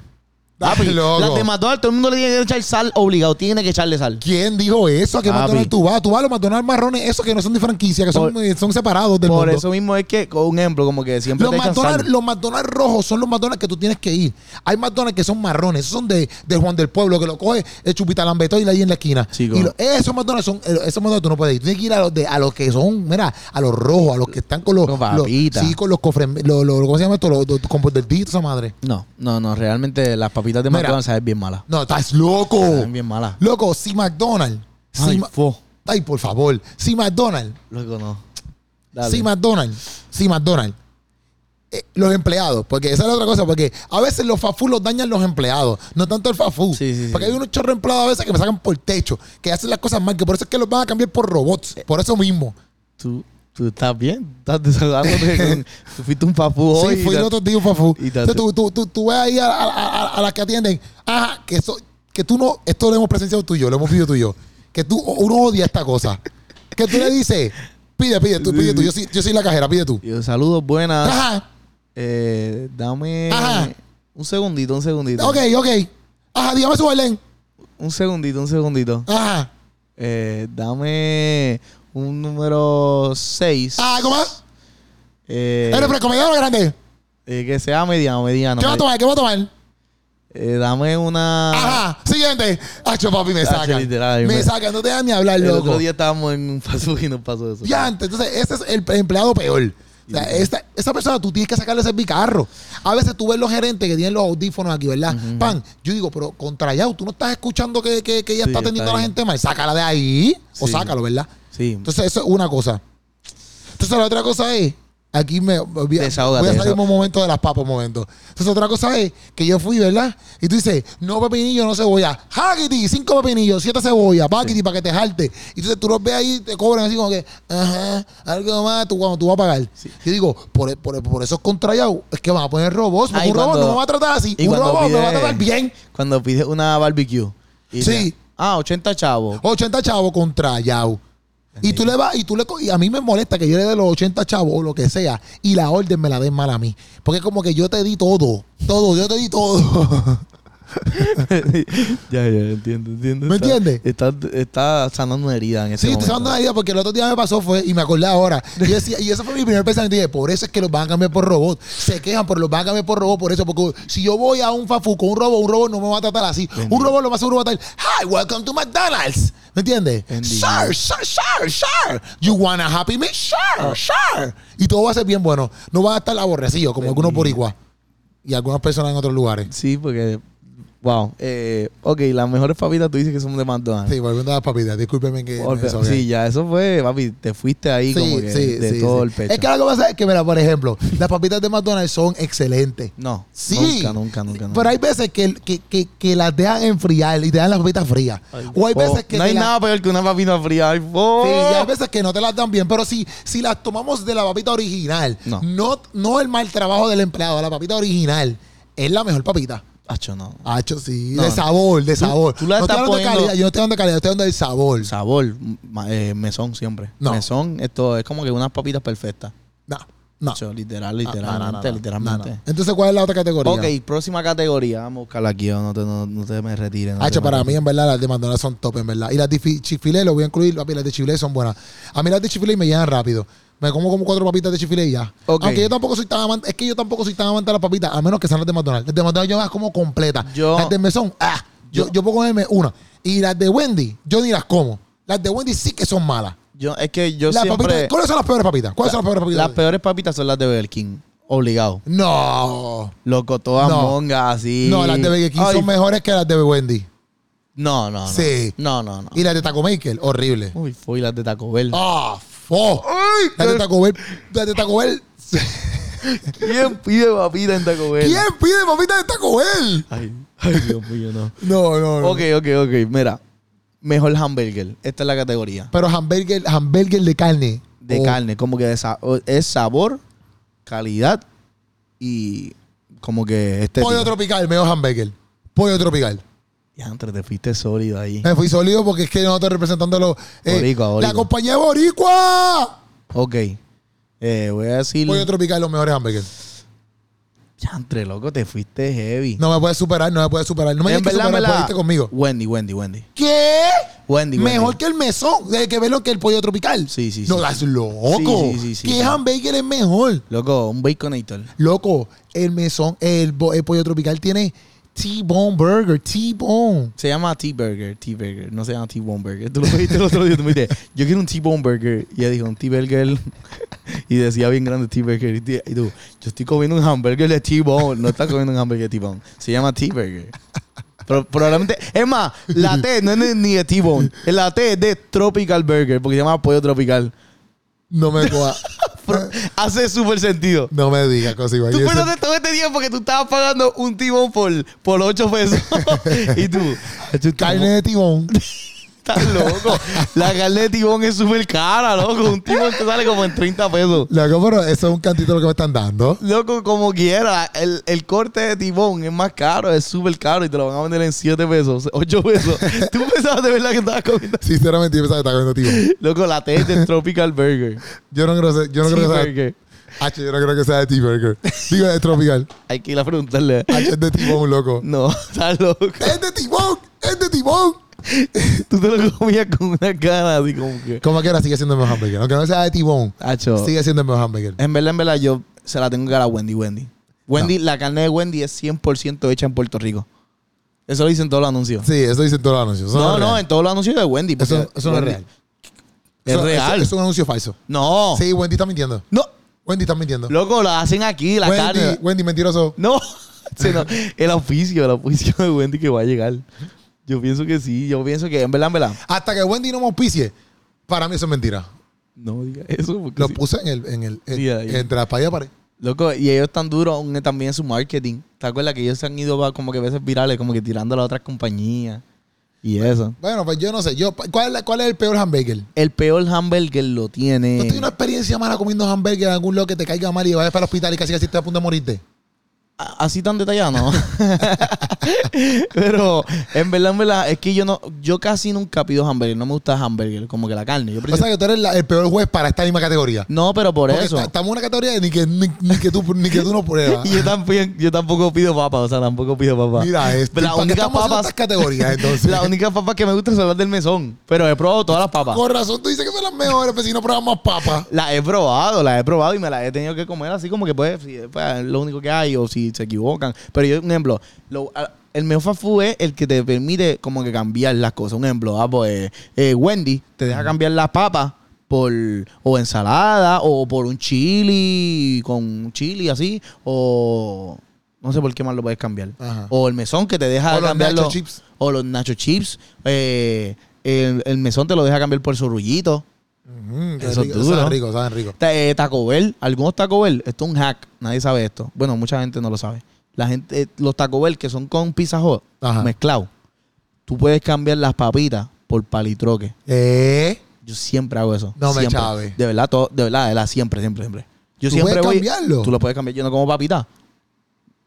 S1: Estás
S2: Papi,
S1: loco.
S2: las de McDonald's, todo el mundo le tiene que echar sal obligado. Tiene que echarle sal.
S1: ¿Quién dijo eso? ¿A qué
S2: Papi.
S1: McDonald's tú vas? Tú vas a los McDonald's marrones, esos que no son de franquicia, que son,
S2: Por-
S1: eh, son separados del
S2: Por
S1: mundo.
S2: eso mismo es que, con un ejemplo, como que siempre
S1: los
S2: te echan
S1: McDonald's,
S2: sal.
S1: los McDonald's rojos son los McDonald's que tú tienes que ir. Hay McDonald's que son marrones, esos son de, de Juan del Pueblo, que lo coge el chupita lambeto y la ahí en la esquina.
S2: Chico.
S1: Y lo- esos McDonald's son, eh, esos McDonald's tú no puedes ir. Tú tienes que ir a los de, a los que son, mira, a los rojos, a los que están con los,
S2: Con
S1: los-
S2: papitas.
S1: sí, con los cofres, los, los- ¿cómo se llama esto? Los, los- con bordelditos, esa madre.
S2: No, no, no. Realmente las papitas de
S1: Mira. Oh.
S2: McDonald's saben bien malas.
S1: No, estás loco.
S2: Saben bien malas.
S1: Loco, si McDonald's, si
S2: Ay,
S1: Ma-
S2: fo.
S1: ay, por favor, si McDonald's
S2: Loco, no. Dale.
S1: Si McDonald's, si McDonald's, eh, los empleados, porque esa es la otra cosa, porque a veces los fast food los dañan los empleados, no tanto el fast food.
S2: Sí, sí, sí.
S1: porque hay unos chorros empleados a veces que me sacan por techo, que hacen las cosas mal, que por eso es que los van a cambiar por robots,
S2: Eh,
S1: por eso mismo.
S2: ¿Tú, tú estás bien. Estás
S1: <laughs>
S2: desahogándote. con- tú fuiste un papu hoy.
S1: sí, fui
S2: oh, y
S1: el
S2: la-
S1: otro día un fast food.
S2: y tanto.
S1: Entonces, tú, tú, tú, tú ves ahí a, a- a- a las que atienden, ajá, que, eso, que tú no, esto lo hemos presenciado tú y yo, lo hemos vivido tú y yo, que tú, uno odia esta cosa, que tú le dices, pide, pide, tú, pide tú, yo soy, yo soy la cajera, pide tú.
S2: Y yo, saludos, buenas.
S1: Ajá.
S2: Eh, dame
S1: Ajá.
S2: un segundito, un segundito.
S1: Ok, ok. Ajá, dígame su Belén.
S2: Un segundito, un segundito.
S1: Ajá.
S2: Eh, dame un número 6.
S1: Ah, ¿cómo es?
S2: Eh,
S1: ¿Eres fresco, mediano o grande?
S2: eh, que sea mediano, mediano.
S1: ¿Qué va a tomar? ¿Qué va a tomar?
S2: Eh, dame una.
S1: Ajá. Siguiente. Hacho, papi, me
S2: Hacho,
S1: sacan.
S2: literal,
S1: Me
S2: me-
S1: sacan, no te dan ni hablar,
S2: El
S1: loco.
S2: otro día estábamos en un <laughs> fast food y nos pasó eso.
S1: Ya, entonces ese es el empleado peor. O sea, esta- esa persona tú tienes que sacarle ese bicarro. A veces tú ves los gerentes que tienen los audífonos aquí, ¿verdad? Pan, yo digo, pero contra Yao, tú no estás escuchando que, que, que ella
S2: Sí,
S1: está
S2: está
S1: atendiendo a la
S2: ahí.
S1: gente mal. Sácala de ahí o
S2: Sí.
S1: sácalo, ¿verdad?
S2: Sí.
S1: Entonces, eso es una cosa. Entonces, la otra cosa es Aquí me voy a,
S2: Desahógate,
S1: voy a salir
S2: desahó-
S1: un momento de las papas un momento. Entonces otra cosa es que yo fui, ¿verdad? Y tú dices, no pepinillo, no cebolla. Haggity, cinco pepinillos, siete cebollas, paquiti para que te jarte. Y entonces tú los ves ahí y te cobran así como que, ajá, algo más, tú, cuando tú vas a pagar. Yo digo, por, por, por esos contrallados es que van a poner robots. Porque
S2: Ay,
S1: un robot
S2: Ah, cuando-
S1: no me va a tratar así.
S2: y
S1: Un
S2: cuando
S1: robot me va a
S2: pide-
S1: tratar bien.
S2: Cuando pides una barbecue. y
S1: Sí. Oh.
S2: dice, ah, 80 chavos.
S1: 80 chavos contra Yao. Y tú le vas, y tú le co- y a mí me molesta que yo le dé los 80 chavos o lo que sea, y la orden me la den mal a mí. Porque es como que yo te di todo, todo, yo te di todo.
S2: <laughs>
S1: <laughs>
S2: ya, ya, entiendo, entiendo.
S1: ¿Me
S2: Está-
S1: entiendes?
S2: Está, está sanando una herida en ese
S1: sí, te
S2: momento.
S1: estoy dando una idea porque el otro día me pasó fue, y me acordé ahora. Y, yo decía- y ese fue mi primer pensamiento. Y dije, por eso es que los van a cambiar por robot. Se quejan, por los van a cambiar por robot, por eso. Porque si yo voy a un fafu con un robot, un robot no me va a tratar así. Un robot lo más seguro va a tratar, hi, welcome to McDonald's. ¿Me entiendes?
S2: Bendito.
S1: Sir, sir, sir, sir. You want a happy meal?
S2: Ah.
S1: Sure, sure. Y todo va a ser bien bueno. No van a estar aborrecidos como algunos boricuas y algunas personas en otros lugares.
S2: Sí, porque. Wow. Eh, ok, las mejores papitas tú dices que son de McDonald's.
S1: Sí, volviendo a las papitas, discúlpeme que... me
S2: Golpe-
S1: desahogué.
S2: sí, ya, eso fue, papi, te fuiste ahí como que de todo el pecho.
S1: Es que lo que pasa es que, mira, por ejemplo, las papitas de McDonald's son excelentes.
S2: No,
S1: Sí.
S2: nunca, nunca, nunca. nunca.
S1: Pero hay veces que, que, que, que las dejan enfriar y te dan las papitas frías. O hay veces
S2: Oh,
S1: que...
S2: no
S1: te
S2: hay
S1: las-
S2: nada peor que una papita fría. Ay, oh.
S1: Sí, y hay veces que no te las dan bien, pero si, si las tomamos de la papita original,
S2: No.
S1: no, no el mal trabajo del empleado, la papita original, es la mejor papita.
S2: Acho, no.
S1: Hacho, sí,
S2: No,
S1: de
S2: no.
S1: sabor, de
S2: Tú-
S1: sabor.
S2: tú la
S1: no estoy
S2: estás
S1: hablando de
S2: poniendo-
S1: calidad, yo no estoy hablando de calidad, estoy hablando del sabor.
S2: Sabor, ma- eh, mesón siempre.
S1: No.
S2: Mesón, esto es como que unas papitas perfectas.
S1: No, no.
S2: Acho, literal,
S1: Ah, no, no,
S2: literalmente,
S1: no, no.
S2: literalmente.
S1: No, no. Entonces, ¿cuál es la otra categoría?
S2: Ok, próxima categoría. Vamos a buscarla aquí. oh, No te, no, no te me retires. no
S1: Hacho,
S2: te me
S1: para mí,
S2: retires.
S1: en verdad, las de McDonald's son top, en verdad. Y las de fi- Chick-fil-A, lo voy a incluir, papi, las de Chick-fil-A son buenas. A mí las de Chick-fil-A me llegan rápido. Me como como cuatro papitas de Chick-fil-A y ya.
S2: Ok.
S1: Aunque yo tampoco soy tan amante, es que yo tampoco soy tan amante de las papitas, a menos que sean las de McDonald's. Las de McDonald's yo las como completas.
S2: Yo-
S1: las de mesón, ah, yo, yo, puedo comerme una. Y las de Wendy, yo ni las como. Las de Wendy sí que son malas.
S2: Yo, es que yo
S1: Las
S2: siempre.
S1: papitas, ¿Cuáles son las peores papitas? ¿Cuáles son las peores papitas?
S2: Las peores papitas son las de Burger King. Obligado.
S1: no.
S2: Loco, todas
S1: No.
S2: mongas así.
S1: No, las de Burger King
S2: Ay,
S1: son mejores que las de Wendy.
S2: No, no, no.
S1: Sí.
S2: No, no, no.
S1: Y las de Taco Maker, horrible.
S2: Uy, fui las de Taco Bell.
S1: ¡Ah! ¡Oh! Las de Taco Bell. Las de Taco Bell.
S2: ¿Quién pide papita en Taco Bell?
S1: ¿Quién pide papita de Taco Bell?
S2: Ay, ay, Dios mío, no.
S1: No, no, no.
S2: Ok, ok, ok. Mira. Mejor hamburger. Esta es la categoría.
S1: Pero hamburger, hamburger de carne.
S2: De
S1: Oh,
S2: carne. Como que de sa- o- es sabor, calidad y como que este.
S1: Pollo tropical, mejor hamburger. Pollo tropical.
S2: Ya, entre te fuiste sólido ahí.
S1: Me fui sólido porque es que nosotros representando los.
S2: Boricua, boricua.
S1: La compañía de Boricua.
S2: Ok. Eh, voy a decir.
S1: Pollo tropical, los mejores hamburgues.
S2: Ya, entre loco, te fuiste heavy.
S1: No me puedes superar, no me puedes superar. No me
S2: en
S1: digas que
S2: verdad, en
S1: superar,
S2: verdad.
S1: pudiste conmigo.
S2: Wendy, Wendy, Wendy.
S1: ¿Qué?
S2: Wendy, Wendy.
S1: Mejor que el mesón, de que verlo que el pollo tropical.
S2: Sí, sí, sí.
S1: No, estás loco.
S2: Sí, sí, sí, sí,
S1: ¿Qué
S2: sí.
S1: hamburger es mejor?
S2: Loco, un baconator.
S1: Loco, el mesón, el, bo- el pollo tropical tiene T-Bone Burger, T-Bone.
S2: Se llama T-Burger, T-Burger, no se llama T-Bone Burger. Tú lo pediste el otro día, tú me dijiste, yo quiero un T-Bone Burger. Y ella dijo, un T-Burger. <laughs> Y decía bien grande T-Burger. Y te- y tú, yo estoy comiendo un hamburger de T-Bone. No estás comiendo un hamburger de T-Bone. Se llama T-Burger. Pero probablemente, es más, la T no es ni- ni de T-Bone. La T es de Tropical Burger, porque se llama pollo tropical.
S1: No me coja.
S2: Pero hace súper sentido.
S1: no me digas cosas igual.
S2: Tú
S1: Yo
S2: pensaste todo este tiempo que tú estabas pagando un T-Bone por, por 8 pesos. <laughs> y tú,
S1: sé- carne de tibón.
S2: Estás loco. La carne de tibón es súper cara, loco. Un tibón te sale como en 30 pesos.
S1: Loco, pero eso es un cantito lo que me están dando.
S2: Loco, como quiera. El, el corte de tibón es más caro, es súper caro y te lo van a vender en 7 pesos, 8 pesos. Tú pensabas de verdad que estabas comiendo.
S1: Sinceramente, yo pensaba que estaba comiendo tibón.
S2: Loco, la T es del Tropical Burger.
S1: Yo no creo, se- yo no creo que sea.
S2: T-Burger.
S1: H, yo no creo que sea de T-Burger. Digo, de tropical.
S2: Hay que ir a preguntarle.
S1: H, es de tibón, loco.
S2: No, <laughs> estás loco.
S1: ¡Es de tibón! ¡Es de tibón!
S2: Tú te lo comías con una cara así como que.
S1: Como quiera, sigue siendo el mejor hamburger. Aunque no sea de tibón,
S2: Acho.
S1: sigue siendo el mejor hamburger.
S2: En verdad, en verdad, yo se la tengo que dar a Wendy, Wendy. Wendy, la carne de Wendy es 100% hecha en Puerto Rico. Eso lo dicen todos los anuncios.
S1: Sí, eso dicen todos los anuncios. Eso
S2: no,
S1: es
S2: no,
S1: real.
S2: en todos los anuncios de Wendy. porque
S1: Eso- eso no es
S2: Wendy-
S1: real.
S2: Es
S1: Eso-
S2: real.
S1: eso- eso es un anuncio falso.
S2: No.
S1: Sí, Wendy está mintiendo.
S2: No.
S1: Wendy está mintiendo.
S2: Loco, la hacen aquí, la
S1: Wendy,
S2: carne.
S1: Wendy, mentiroso.
S2: No. <laughs> Se no- El oficio, el oficio de Wendy que va a llegar. Yo pienso que sí, yo pienso que en verdad, en verdad.
S1: Hasta que Wendy no me auspicie, para mí eso es mentira.
S2: No diga eso. Porque
S1: Lo
S2: sí.
S1: puse en el, en el, en-
S2: Sí, ahí.
S1: entre la pared y la pared.
S2: Loco, y ellos están duros en- también en su marketing. ¿Te acuerdas que ellos se han ido va, como que a veces virales, como que tirando a las otras compañías? Y eso.
S1: Bueno, pues yo no sé. Yo, ¿cuál, es la- ¿Cuál es el peor hamburger?
S2: El peor hamburger lo
S1: ¿No
S2: tiene.
S1: has tenido una experiencia mala comiendo hamburger en algún lado que te caiga mal y vayas para el hospital y casi casi estés a punto de morirte?
S2: A- Así tan detallado, no. <laughs> Pero en verdad, en verdad, es que yo no, yo casi nunca pido hamburger. No me gusta hamburger, como que la carne. Yo
S1: O
S2: prefiero-
S1: sea que tú eres la- el peor juez para esta misma categoría.
S2: no, pero por
S1: Porque
S2: eso.
S1: está- Estamos en una categoría de ni que, ni, ni que, tú, ni que tú no pruebas.
S2: Y <laughs> yo también, yo tampoco pido papa, o sea, tampoco pido papa.
S1: Mira, esto,
S2: Pero la
S1: ¿para qué
S2: única
S1: estamos haciendo
S2: papa-
S1: estas categorías
S2: <laughs>
S1: entonces?
S2: Las únicas papas que me gustan son las del mesón. Pero he probado todas las papas.
S1: Con razón tú dices que son las mejores, pero si no pruebas más papas.
S2: Las he probado, las he probado y me las he tenido que comer así como que pues, si, pues, es lo único que hay o si se equivocan. Pero yo, un ejemplo, lo- a- el mejor fast food es el que te permite como que cambiar las cosas. Un ejemplo, ah, pues, eh, Wendy te deja cambiar las papas por o ensalada o por un chili con chili así o no sé por qué más lo puedes cambiar.
S1: Ajá.
S2: O el mesón que te deja
S1: O los
S2: cambiar
S1: nacho
S2: los-
S1: chips.
S2: O los nacho chips. Eh, el, el mesón te lo deja cambiar por su rullito.
S1: Mm, qué
S2: Eso es
S1: rico,
S2: duro.
S1: Saben rico, saben rico.
S2: Ta- eh, Taco Bell, algunos Taco Bell, esto es un hack, nadie sabe esto. Bueno, mucha gente no lo sabe. La gente, eh, los Taco Bell que son con Pizza Hut
S1: Ajá.
S2: mezclados, tú puedes cambiar las papitas por palitroque.
S1: ¿Eh?
S2: Yo siempre hago eso.
S1: No me
S2: siempre.
S1: chaves.
S2: De verdad, todo- de verdad, de verdad, siempre, siempre, siempre. Yo
S1: ¿Tú
S2: siempre
S1: puedes
S2: voy-
S1: cambiarlo?
S2: Tú lo puedes cambiar. Yo no como papita.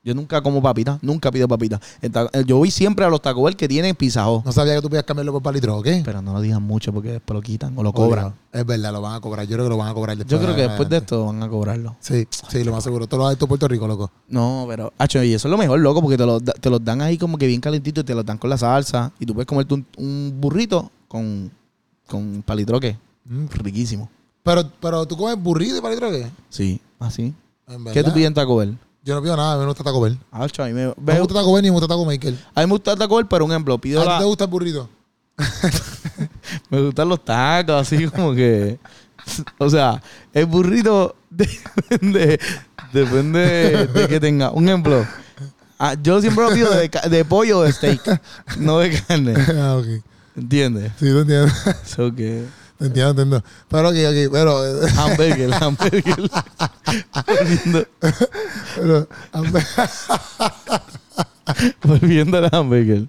S2: Yo nunca como papita, nunca pido papita. El ta- el- Yo voy siempre a los Taco Bell que tienen Pizza Hut.
S1: No sabía que tú podías cambiarlo por palitro, ¿ok?
S2: Pero no lo digan mucho porque después lo quitan o lo cobran.
S1: Es verdad, lo van a cobrar. Yo creo que lo van a cobrar después.
S2: Yo creo que después de
S1: adelante.
S2: esto van a cobrarlo.
S1: Sí, sí, lo más seguro. Todo lo de esto Puerto Rico, loco.
S2: No, pero, hacho, y eso es lo mejor, loco, porque te, lo, da- te los dan ahí como que bien calentito y te los dan con la salsa. Y tú puedes comerte un, un burrito con, con palitroque.
S1: Mm.
S2: Riquísimo.
S1: Pero, pero tú comes burrito y palitro, ¿qué?
S2: Sí. Así.
S1: En
S2: ¿Qué
S1: verdad.
S2: tú pides en Taco Bell?
S1: Yo no pido nada, a mí me gusta Taco Bell.
S2: Hacho, a mí me,
S1: No me gusta Taco Bell ni me gusta Taco Maker.
S2: a mí me gusta el Taco Bell, pero un ejemplo,
S1: ¿A
S2: pido
S1: ti
S2: la-
S1: te gusta el
S2: <laughs>
S1: burrito?
S2: me gustan los tacos, así como que... <laughs> O sea, el burrito <laughs> depende, depende de que tenga. Un ejemplo, ah, yo siempre lo pido de, ca- de pollo o de steak, no de carne.
S1: ah, ok.
S2: ¿Entiendes?
S1: Sí, te entiendo.
S2: So que...
S1: <laughs> te entiendo, te entiendo. Pero ok, ok. Pero, eh,
S2: Hamburger, <laughs> hamburger. volviendo,
S1: <laughs> pero
S2: volviendo al hamburger.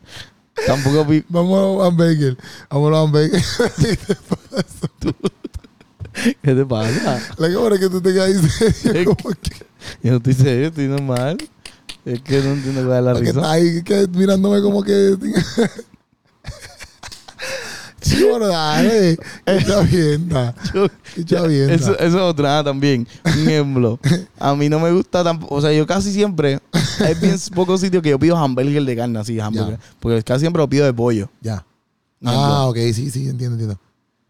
S2: Tampoco vi-
S1: <laughs> vamos a hamburger. Vamos a hamburger. <laughs>
S2: ¿Qué te pasa?
S1: La cámara que tú te quedas ahí <laughs> serio, como que,
S2: Yo no estoy serio, estoy normal. Es que no entiendo cuál es la
S1: que
S2: risa.
S1: está ahí que, mirándome como que... sí, bueno, dale. Qué chavienda.
S2: <laughs> Yo-
S1: Qué chavienda.
S2: Eso, eso es otra ah, también. Un ejemplo. A mí no me gusta tampoco. O sea, yo casi siempre. Hay bien pocos sitios que yo pido hamburger de carne, así, hamburger. Porque casi siempre lo pido de pollo.
S1: Ya.
S2: Un
S1: Ah, ok. Sí, sí, entiendo, entiendo.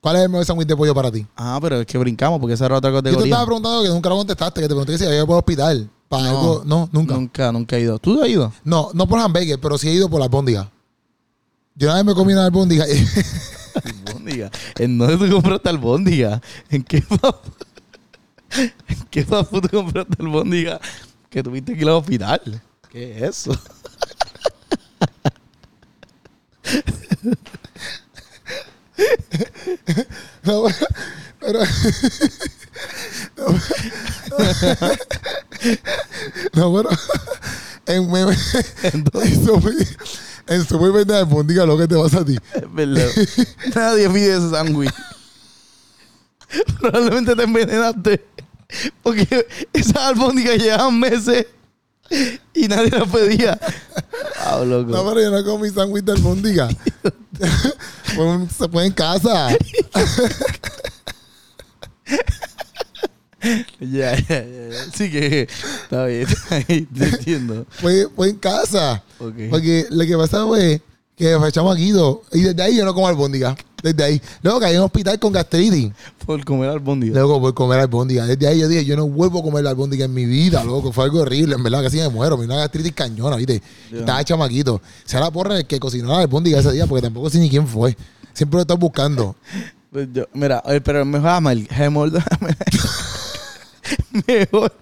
S1: ¿Cuál es el mejor sándwich de pollo para ti?
S2: Ah, pero es que brincamos porque esa era otra
S1: Yo te
S2: categoría.
S1: estaba preguntando que nunca lo contestaste, que te pregunté que si había ido por hospital. Para
S2: No.
S1: algo. No, nunca.
S2: Nunca, nunca he ido. ¿Tú has ido?
S1: No, no por hamburger, pero sí he ido por las albóndigas. Yo una vez me comí una albóndiga y
S2: Albóndiga. ¿En dónde tú compraste albóndiga? ¿En qué <laughs> papu? ¿En qué papu tú compraste albóndiga que tuviste que ir al hospital? ¿Qué es eso? <laughs>
S1: No, <laughs> pero. No, pero. En, en, en, Super- en Super vende albóndiga lo que te pasa a ti.
S2: Es verdad. <laughs> Nadie pide ese sándwich. <laughs> Probablemente te envenenaste. Porque esas albóndigas llevaban meses y nadie las pedía. Ah, loco.
S1: No, pero yo no comí sándwich de <laughs> albóndiga. Por un- se puede en casa.
S2: Ya, ya, ya, ya. Sí que está bien, <laughs> está bien, te entiendo.
S1: Fue, fue en casa.
S2: Ok.
S1: Porque lo que pasa fue que fechamos a Guido y desde ahí yo no como albóndiga. Desde ahí. Luego caí en un hospital con gastritis.
S2: Por comer albóndigas.
S1: Luego por comer albóndiga. Desde ahí yo dije, yo no vuelvo a comer albóndiga en mi vida, loco. Fue algo horrible, en verdad, casi me muero. Me dio una gastritis cañona, ¿viste?
S2: Ya.
S1: Estaba chamaquito. Sea la porra el que cocinó la albóndiga ese día, porque tampoco sé ni quién fue. Siempre lo estoy
S2: <laughs>
S1: buscando.
S2: Pues yo- mira, eh, pero mejor hamburger. <laughs> Mejor.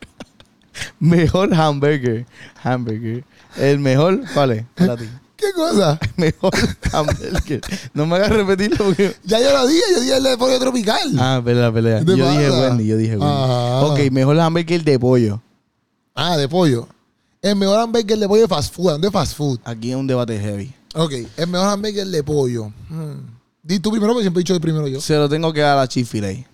S2: Mejor hamburger. Hamburger. El mejor, ¿cuál es? Para ti.
S1: ¿Qué cosa?
S2: <laughs> Mejor hamburger. No me hagas
S1: <laughs>
S2: repetirlo porque.
S1: Ya yo lo dije, yo dije el de pollo tropical.
S2: Ah, pelea, pelea.
S1: ¿Qué
S2: Yo
S1: te
S2: dije
S1: pasa?
S2: Wendy, yo dije Wendy.
S1: Ajá.
S2: Ok, mejor hamburger de pollo.
S1: Ah, de pollo. El mejor hamburger de pollo es fast food. ¿Dónde es fast food?
S2: Aquí es un debate heavy.
S1: Ok, el mejor hamburger de pollo. Hmm. Di tú primero, porque siempre he dicho el primero yo.
S2: Se lo tengo que dar a Chick-fil-A.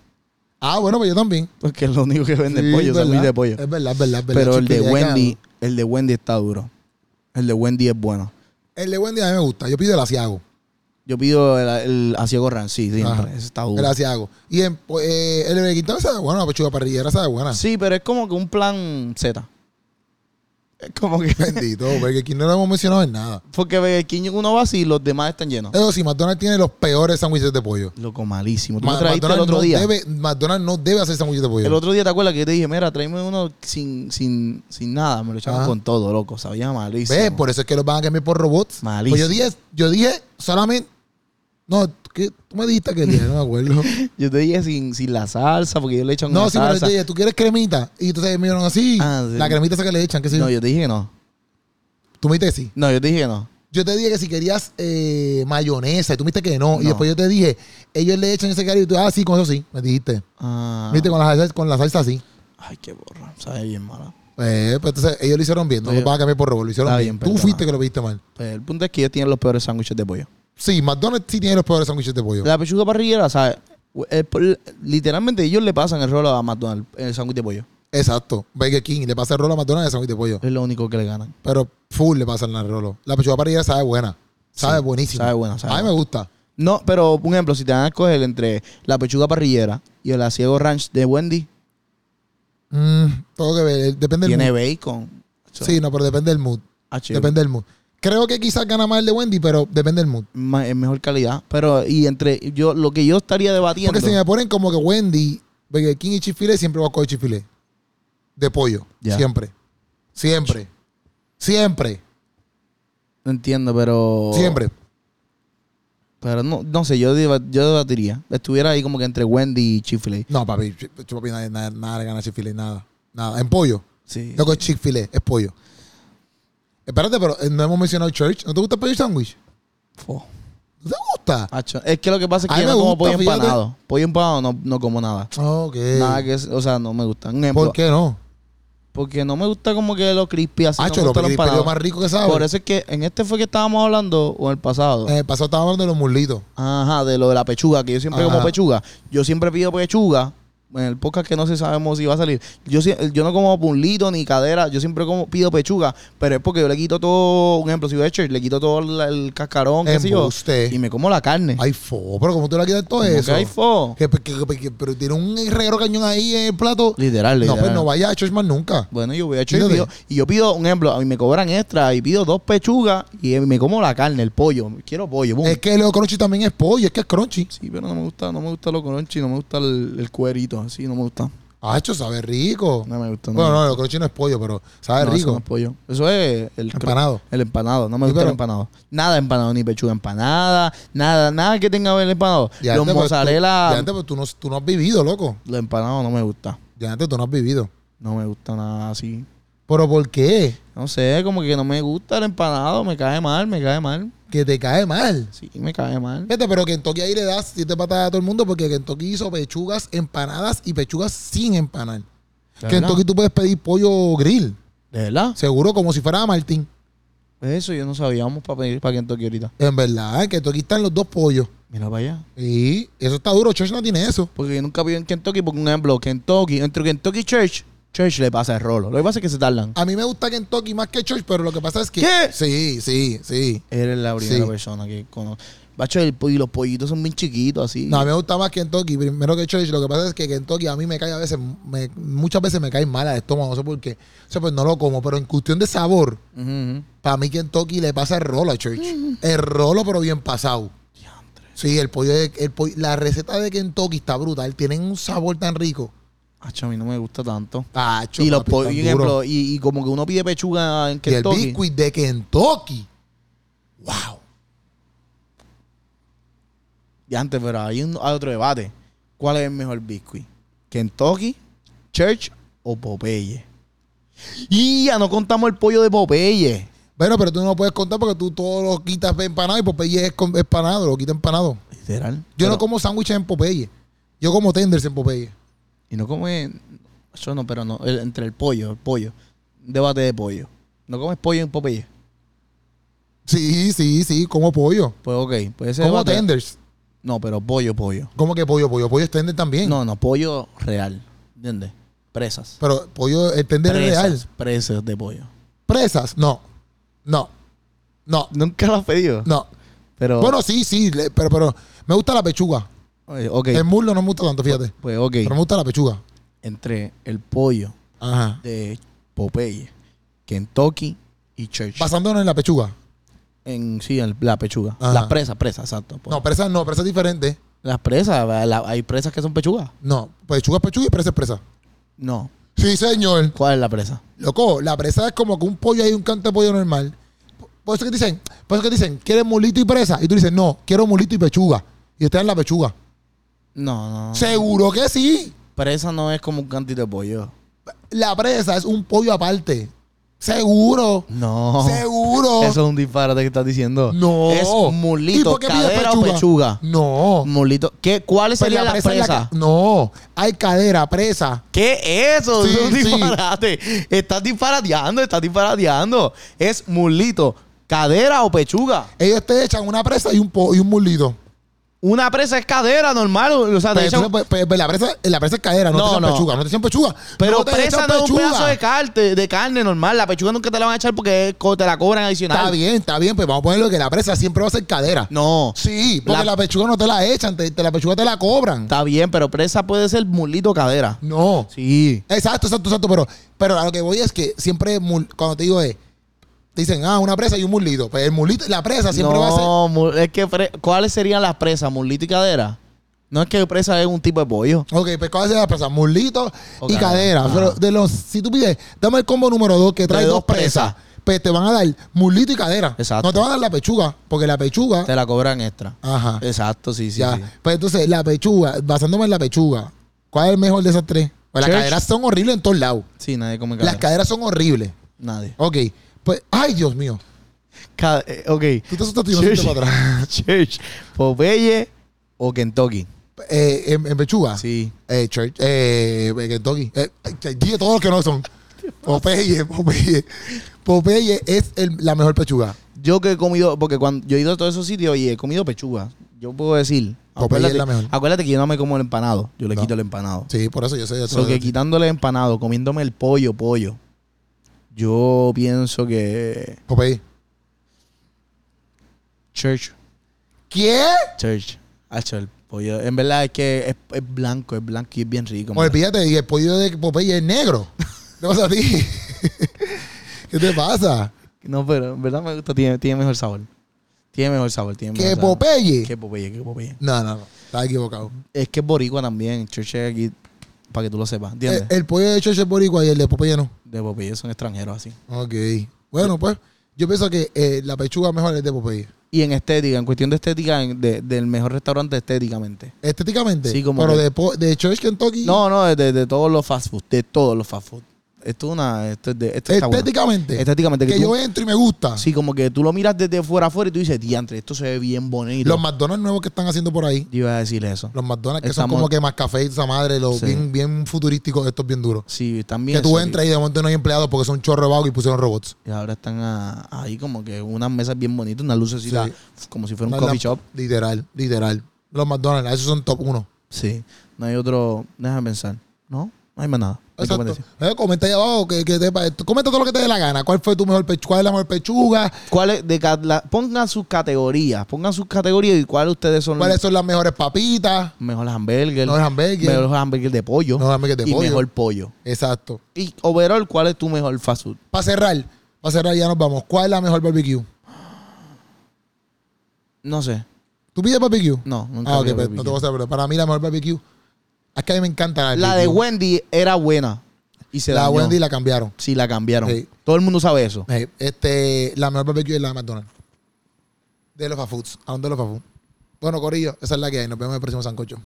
S1: Ah, bueno, pues yo también.
S2: Porque es lo único que vende
S1: Sí, es
S2: pollo,
S1: verdad.
S2: sándwich de pollo.
S1: Es verdad, es verdad. es verdad.
S2: Pero el de
S1: Chick-fil-A,
S2: Wendy,
S1: claro.
S2: el de Wendy está duro. El de Wendy es bueno.
S1: El de Wendy a mí me gusta. Yo pido el asiago.
S2: Yo pido el, el asiago rancí siempre.
S1: Ajá.
S2: Ese está
S1: El
S2: duro.
S1: asiago. Y en, pues, eh, el de Quintana sabe bueno, la pechuga parrillera sabe
S2: <laughs>
S1: buena.
S2: Sí, pero es como que un plan Z. Es
S1: <laughs>
S2: como que.
S1: Bendito, porque aquí no lo hemos mencionado en nada.
S2: Porque Burger King uno va así y los demás están llenos.
S1: Eso sí, McDonald's tiene los peores sándwiches de pollo.
S2: Loco, malísimo. Tú me
S1: Ma-
S2: trajiste el otro
S1: no
S2: día.
S1: Debe, McDonald's no debe hacer sándwiches de pollo.
S2: El otro día, ¿te acuerdas que yo te dije, mira, tráeme uno sin, sin, sin nada? Me lo echaron
S1: Ajá.
S2: con todo, loco. Sabía malísimo.
S1: ¿Ves? Por eso es que los van a cambiar por robots.
S2: Malísimo.
S1: Pues yo dije, yo dije solamente. No, ¿qué? tú me dijiste que día, no me
S2: <laughs>
S1: acuerdo.
S2: Yo te dije sin, sin la salsa, porque yo le echan
S1: no,
S2: una
S1: sí, pero yo
S2: salsa.
S1: te dije, tú quieres cremita. Y entonces me dijeron así.
S2: Ah, sí.
S1: La cremita esa que le echan, que sí.
S2: No, yo te dije que no.
S1: Tú me dijiste que sí.
S2: No, yo te dije que no.
S1: Yo te dije que si querías eh, mayonesa, y tú me dijiste que no. Y
S2: No.
S1: después yo te dije, ellos le echan ese cariño. Y tú, ah, sí, con eso sí, me dijiste.
S2: Ah.
S1: Me dijiste con la salsa, con la salsa sí.
S2: Ay, qué borra. Sabe bien mala.
S1: Eh, pues entonces ellos lo hicieron bien, no
S2: Oye,
S1: lo van a cambiar por robot, lo hicieron
S2: está
S1: bien.
S2: bien,
S1: Tú
S2: perdona.
S1: fuiste que lo viste mal.
S2: Pues el punto es que ellos tienen los peores sándwiches de pollo.
S1: Sí, McDonald's sí tiene los peores sándwiches de pollo.
S2: La pechuga parrillera, ¿sabes? El- el- literalmente ellos le pasan el rolo a McDonald's en el sándwich de pollo.
S1: Exacto. Burger King le pasa el rolo a McDonald's de sándwich de pollo.
S2: Es lo único que le ganan.
S1: Pero full le pasan el rolo. La pechuga parrillera sabe buena. Sabe
S2: Sí,
S1: buenísima.
S2: sabe buena, sabe
S1: a mí me
S2: buena.
S1: gusta.
S2: No, pero un ejemplo, si te van a escoger entre la pechuga parrillera y el asiego ranch de Wendy,
S1: Mm, tengo que ver. Depende del
S2: tiene
S1: mood.
S2: bacon. So,
S1: Sí, no, pero depende del mood.
S2: ah, chido.
S1: Depende del mood. Creo que quizás gana más el de Wendy, pero depende del mood.
S2: Ma- es mejor calidad. Pero, y entre yo, lo que yo estaría debatiendo.
S1: Porque si me ponen como que Wendy, Burger King y Chifile, siempre voy a coger Chifile. De pollo.
S2: Ya.
S1: Siempre. Siempre. Siempre.
S2: No entiendo, pero.
S1: Siempre.
S2: Pero no, no sé, yo, deba- yo debatiría. Estuviera ahí como que entre Wendy y Chick-fil-A.
S1: No, papi, ch- ch- papi, nadie- nada, nada le gana a Chick-fil-A, nada. Nada. En pollo.
S2: Sí.
S1: Loco, es Chick-fil-A, es pollo. Espérate, pero eh, no hemos mencionado Church. ¿No te gusta el pollo sandwich?
S2: Fo.
S1: ¿No te gusta?
S2: Acho, Es que lo que pasa es
S1: A mí
S2: que yo
S1: me
S2: no como
S1: gusta,
S2: pollo
S1: fíjate.
S2: empanado. Pollo empanado no, no como nada.
S1: Ok.
S2: Nada que, es- o sea, no me gusta. Un ejemplo,
S1: ¿Por qué no?
S2: Porque no me gusta como que lo crispy así.
S1: Hacho,
S2: no me
S1: lo
S2: gusta lo
S1: pedí,
S2: empanado.
S1: pero más rico que sabe.
S2: Por eso es que en este fue que estábamos hablando, o en el pasado.
S1: En el pasado estaba hablando de los muslitos.
S2: Ajá, de lo de la pechuga, que yo siempre
S1: Ajá.
S2: como pechuga. Yo siempre pido pechuga. En el podcast que no se sabemos si va a salir. Yo, si- yo no como punlito ni cadera. Yo siempre como pido pechuga. Pero es porque yo le quito todo. Un ejemplo, si voy a echar, le quito todo la- el cascarón, qué sé yo.
S1: Embuste.
S2: Y me como la carne.
S1: Ay, fo, pero como tú le quitas todo
S2: Como que
S1: eso.
S2: hay fo.
S1: Que- que- que- que- pero tiene un reguero cañón ahí en el plato. No,
S2: Literal, literal.
S1: pues no vaya a Church más nunca.
S2: Bueno, yo voy a echar y,
S1: Fíjate.
S2: pido- y yo pido, un ejemplo, a mí me cobran extra y pido dos pechugas y me como la carne, el pollo. Quiero pollo, boom.
S1: Es que el crunchy también es pollo, es que es crunchy.
S2: Sí, pero no me gusta, no me gusta lo crunchy, no me gusta el, el cuerito, así, no me gusta.
S1: Hacho, Ah, sabe rico.
S2: No me gusta. no
S1: Bueno,
S2: me gusta.
S1: no, el crunchy no es pollo, pero sabe
S2: No, eso
S1: rico.
S2: no es pollo. Eso es el
S1: Empanado.
S2: El empanado, no me
S1: Sí,
S2: gusta
S1: pero-
S2: el empanado. Nada empanado, ni pechuga empanada, nada, nada que tenga que ver el empanado.
S1: Ya
S2: Los
S1: antes, pues, tú-
S2: mozzarella,
S1: ya antes, pues, tú, no, tú no has vivido, loco.
S2: los empanados no me gusta.
S1: Ya antes tú no has vivido.
S2: No me gusta nada así.
S1: ¿Pero por qué?
S2: No sé, como que no me gusta el empanado, me cae mal, me cae mal.
S1: Que te cae mal.
S2: Sí, me cae mal.
S1: Fíjate, pero Kentucky ahí le das siete patadas a todo el mundo porque Kentucky hizo pechugas empanadas y pechugas sin empanar.
S2: ¿De
S1: Kentucky
S2: verdad?
S1: tú puedes pedir pollo grill,
S2: ¿De verdad?
S1: seguro como si fuera a Martín.
S2: Eso yo no sabíamos para pedir para Kentucky ahorita.
S1: En verdad, eh, en Kentucky están los dos pollos.
S2: Mira para allá.
S1: Y eso está duro, Church no tiene eso.
S2: Porque yo nunca pido en Kentucky, porque un ejemplo, Kentucky, entre Kentucky y Church, Church le pasa el rolo. Lo que pasa es que se tardan.
S1: A mí me gusta Kentucky más que Church, pero lo que pasa es que...
S2: ¿Qué?
S1: Sí, sí, sí.
S2: Eres la primera
S1: Sí.
S2: persona que conozco. Bacho, el pollo y los pollitos son bien chiquitos, así.
S1: No, a mí me gusta más Kentucky, primero que Church. Lo que pasa es que Kentucky a mí me cae a veces, me- muchas veces me cae mal al estómago, no sé por qué. O sea, pues no lo como, pero en cuestión de sabor,
S2: Ujú, ujú.
S1: para mí Kentucky le pasa el rolo a Church. El rolo, pero bien pasado.
S2: Diantre.
S1: Sí, el pollo, de- el pollo- la receta de Kentucky está brutal. Tienen un sabor tan rico.
S2: Acho, a mí no me gusta tanto.
S1: Ah,
S2: y los
S1: papi,
S2: pollos,
S1: tan
S2: y,
S1: duro.
S2: ejemplo, y, y como que uno pide pechuga
S1: Y
S2: en
S1: el
S2: Kentucky.
S1: biscuit de Kentucky. Wow.
S2: Y antes, pero hay, un, hay otro debate. ¿Cuál es el mejor biscuit? ¿Kentucky, Church o Popeye? Y ya no contamos el pollo de Popeye.
S1: Bueno, pero tú no lo puedes contar porque tú todo lo quitas de empanado y Popeye es con- empanado, lo quita empanado.
S2: Literal.
S1: Yo
S2: Pero-
S1: no como sándwiches en Popeye. Yo como tenders en Popeye.
S2: Y no come. Yo no, pero no. el- entre el pollo, el pollo. Un debate de pollo. ¿No comes pollo en Popeye?
S1: Sí, sí, sí, como pollo.
S2: Pues ok. Pues ese
S1: Como
S2: debate-
S1: tenders.
S2: No, pero pollo, pollo.
S1: Como que pollo, pollo. Pollo es tender también.
S2: No, no, pollo real. ¿Entiendes? Presas.
S1: Pero pollo, el tender es
S2: presas,
S1: real.
S2: Presas de pollo.
S1: Presas, no. No. No.
S2: Nunca lo has pedido.
S1: No.
S2: Pero.
S1: Bueno, sí, sí, le- pero, pero me gusta la pechuga.
S2: eh, ok.
S1: El muslo no me gusta tanto, fíjate.
S2: Pues ok.
S1: em- Pero me gusta la pechuga.
S2: Entre el pollo
S1: Ajá.
S2: de Popeye, Kentucky y Church.
S1: Basándonos en la pechuga.
S2: En, sí, en la pechuga.
S1: Ajá.
S2: Las presas, presas, exacto. Pues,
S1: No, presas no, presas diferente.
S2: Las presas, la- hay presas que son pechugas.
S1: No, pechuga es pechuga y presa es presa.
S2: No.
S1: Sí, señor.
S2: ¿Cuál es la presa?
S1: Loco, la presa es como que un pollo y un canto de pollo normal. Por eso que dicen, por eso que dicen, ¿quieres mulito y presa? Y tú dices, no, quiero mulito y pechuga. Y ustedes la pechuga.
S2: No, no.
S1: Seguro que sí.
S2: Presa no es como un cantito de pollo.
S1: La presa es un pollo aparte. Seguro.
S2: No.
S1: Seguro.
S2: Eso es un disparate que estás diciendo.
S1: No.
S2: Es
S1: ¿Y
S2: mulito,
S1: por qué pides
S2: cadera o pechuga.
S1: No.
S2: Mulito. ¿Qué, ¿Cuál
S1: Pues
S2: sería la presa?
S1: es la que- No. Hay cadera, presa.
S2: ¿Qué es eso?
S1: Sí,
S2: es un
S1: sí.
S2: disparate. Estás disparateando, estás disparateando. Es mulito, cadera o pechuga.
S1: Ellos te echan una presa y un, po- y un mulito.
S2: Una presa es cadera normal. O sea, te
S1: Pero,
S2: echan-
S1: entonces, pues, pues, pues la, presa, la presa es cadera, no,
S2: No,
S1: te echan
S2: no.
S1: pechuga. No te echan pechuga.
S2: pero
S1: no te
S2: presa
S1: echan
S2: no es un
S1: pechuga.
S2: pedazo de carne, de carne normal. La pechuga nunca te la van a echar porque es co- te la cobran adicional.
S1: Está bien, está bien, pues vamos a ponerlo que la presa siempre va a ser cadera.
S2: No.
S1: Sí, porque
S2: La-
S1: la, pechuga no te la echan, te, te- la pechuga te la cobran.
S2: Está bien, pero presa puede ser mulito cadera.
S1: No.
S2: Sí.
S1: Exacto, exacto, exacto, pero, pero a lo que voy es que siempre, mul- cuando te digo es, te dicen, ah, una presa y un mulito. Pues el mulito, la presa siempre
S2: no,
S1: va a ser...
S2: mu- es que pre- ¿cuáles serían las presas? ¿Mulito y cadera? No es que presa es un tipo de pollo.
S1: Ok, pues ¿cuál es la presa? Mulito
S2: O
S1: y
S2: cadera.
S1: cadera.
S2: Ajá.
S1: Pero de los, si tú pides, dame el combo número dos que trae
S2: De
S1: dos,
S2: dos presas.
S1: presas, pues te van a dar mulito y cadera.
S2: Exacto.
S1: No te van a dar la pechuga, porque la pechuga...
S2: Te la cobran extra.
S1: Ajá.
S2: Exacto, sí, sí.
S1: Ah. ya.
S2: sí.
S1: Pues entonces, la pechuga, basándome en la pechuga, ¿cuál es el mejor de esas tres? Pues las
S2: Church.
S1: caderas son horribles en todos lados.
S2: Sí, nadie come cadera.
S1: Las caderas son horribles.
S2: nadie.
S1: Ok. Pues, ay, Dios mío.
S2: Ca- eh, ok.
S1: Tú te asustaste y yo me senté
S2: <laughs> Church.
S1: para atrás. <laughs>
S2: Church, Popeye o Kentucky.
S1: Eh, en, en pechuga.
S2: Sí.
S1: Eh, church. Eh, Kentucky. Eh, eh, dije todos los que no son. Popeye, Popeye. Popeye es el- la mejor pechuga.
S2: Yo que he comido, porque cuando yo he ido a todos esos sitios y he comido pechuga, yo puedo decir.
S1: Popeye
S2: Acuérdate,
S1: Pues, es la mejor.
S2: acuérdate que yo no me como el empanado. Yo le
S1: No.
S2: quito el empanado.
S1: Sí, por eso yo soy
S2: So que quitándole el empanado, comiéndome el pollo, pollo. Yo pienso que.
S1: Popeye.
S2: Church.
S1: ¿Qué?
S2: Church. Hacho, el pollo. En verdad es que es, es blanco, es blanco y es bien rico. en verdad.
S1: Olvídate, y el pollo de Popeye es
S2: <laughs>
S1: negro. ¿Qué pasa a ti? <laughs> ¿Qué te pasa?
S2: No, pero en verdad me gusta, tiene, tiene mejor sabor. Tiene mejor sabor, tiene
S1: ¿Que
S2: mejor sabor.
S1: Popeye?
S2: Que Popeye, que Popeye.
S1: No, no, no. Estás equivocado.
S2: Es que es boricua también. Church es aquí, para que tú lo sepas, ¿entiendes?
S1: El, el pollo de Church es boricua y el de Popeye no.
S2: De Popeye son extranjeros así.
S1: Ok. Bueno, pues yo pienso que eh, la pechuga mejor es de Popeye.
S2: Y en estética, en cuestión de estética, en- de- del mejor restaurante estéticamente.
S1: Estéticamente.
S2: Sí, como
S1: Pero
S2: que-
S1: de, po- de Church Kentucky.
S2: No, no, de, de- de todos los fast food, de todos los fast food. Esto es una, esto es de, esto está bueno.
S1: Estéticamente.
S2: Estéticamente. Que
S1: que
S2: tú-
S1: yo entro y me gusta.
S2: Sí, como que tú lo miras desde fuera a fuera y tú dices, diantre, esto se ve bien bonito.
S1: Los McDonald's nuevos que están haciendo por ahí.
S2: Yo iba a decir eso.
S1: Los McDonald's que
S2: Estamos-
S1: son como que más café y esa madre, los
S2: Sí.
S1: bien, bien futurísticos, estos bien duros.
S2: Sí, también.
S1: Que tú entras y de momento no hay empleados porque son chorro de vago y pusieron robots.
S2: Y ahora están a- ahí como que unas mesas bien bonitas, unas lucecitas,
S1: Sí.
S2: como si fuera un
S1: Una
S2: coffee
S1: lamp-
S2: shop.
S1: Literal, literal. Los McDonald's, esos son top uno.
S2: Sí. No hay otro. Déjame pensar. No, no hay más nada. No hay
S1: Exacto.
S2: competencia.
S1: Eh, comenta ahí abajo que, que te, pa- comenta todo lo que te dé la gana. ¿Cuál fue tu mejor pechuga? ¿Cuál es la mejor pechuga?
S2: ¿Cuál es- de ca- la- pongan sus categorías. Pongan sus categorías y cuáles ustedes son
S1: ¿Cuáles son las mejores papitas?
S2: mejores hamburgers.
S1: Mejores hamburgues.
S2: Mejor hamburger de pollo.
S1: Mejores hamburgues de
S2: y
S1: pollo.
S2: mejor pollo.
S1: Exacto.
S2: Y overall, ¿cuál es tu mejor fast food?
S1: Para cerrar, para cerrar ya nos vamos. ¿Cuál es la mejor barbecue?
S2: No sé.
S1: ¿Tú pides barbecue?
S2: No, nunca.
S1: Ah, ok,
S2: había
S1: pues, no
S2: barbecue.
S1: te voy a hacer, pero para mí la mejor barbecue. Es que a mí me encanta la
S2: la
S1: barbecue.
S2: de Wendy era buena. Y se
S1: La
S2: dañó.
S1: Wendy la cambiaron.
S2: Sí, la cambiaron.
S1: Sí.
S2: Todo el mundo sabe eso.
S1: Eh, Este, la mejor barbecue es la de McDonald's. De los fast foods. ¿A dónde los fast foods? Bueno, Corillo, esa es la que hay. Nos vemos en el próximo Sancocho.